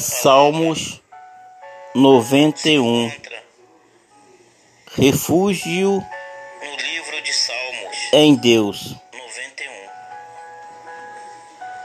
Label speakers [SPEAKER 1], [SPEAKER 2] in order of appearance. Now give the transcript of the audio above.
[SPEAKER 1] Salmos 91. Refúgio
[SPEAKER 2] no livro de Salmos, um.
[SPEAKER 1] em Deus.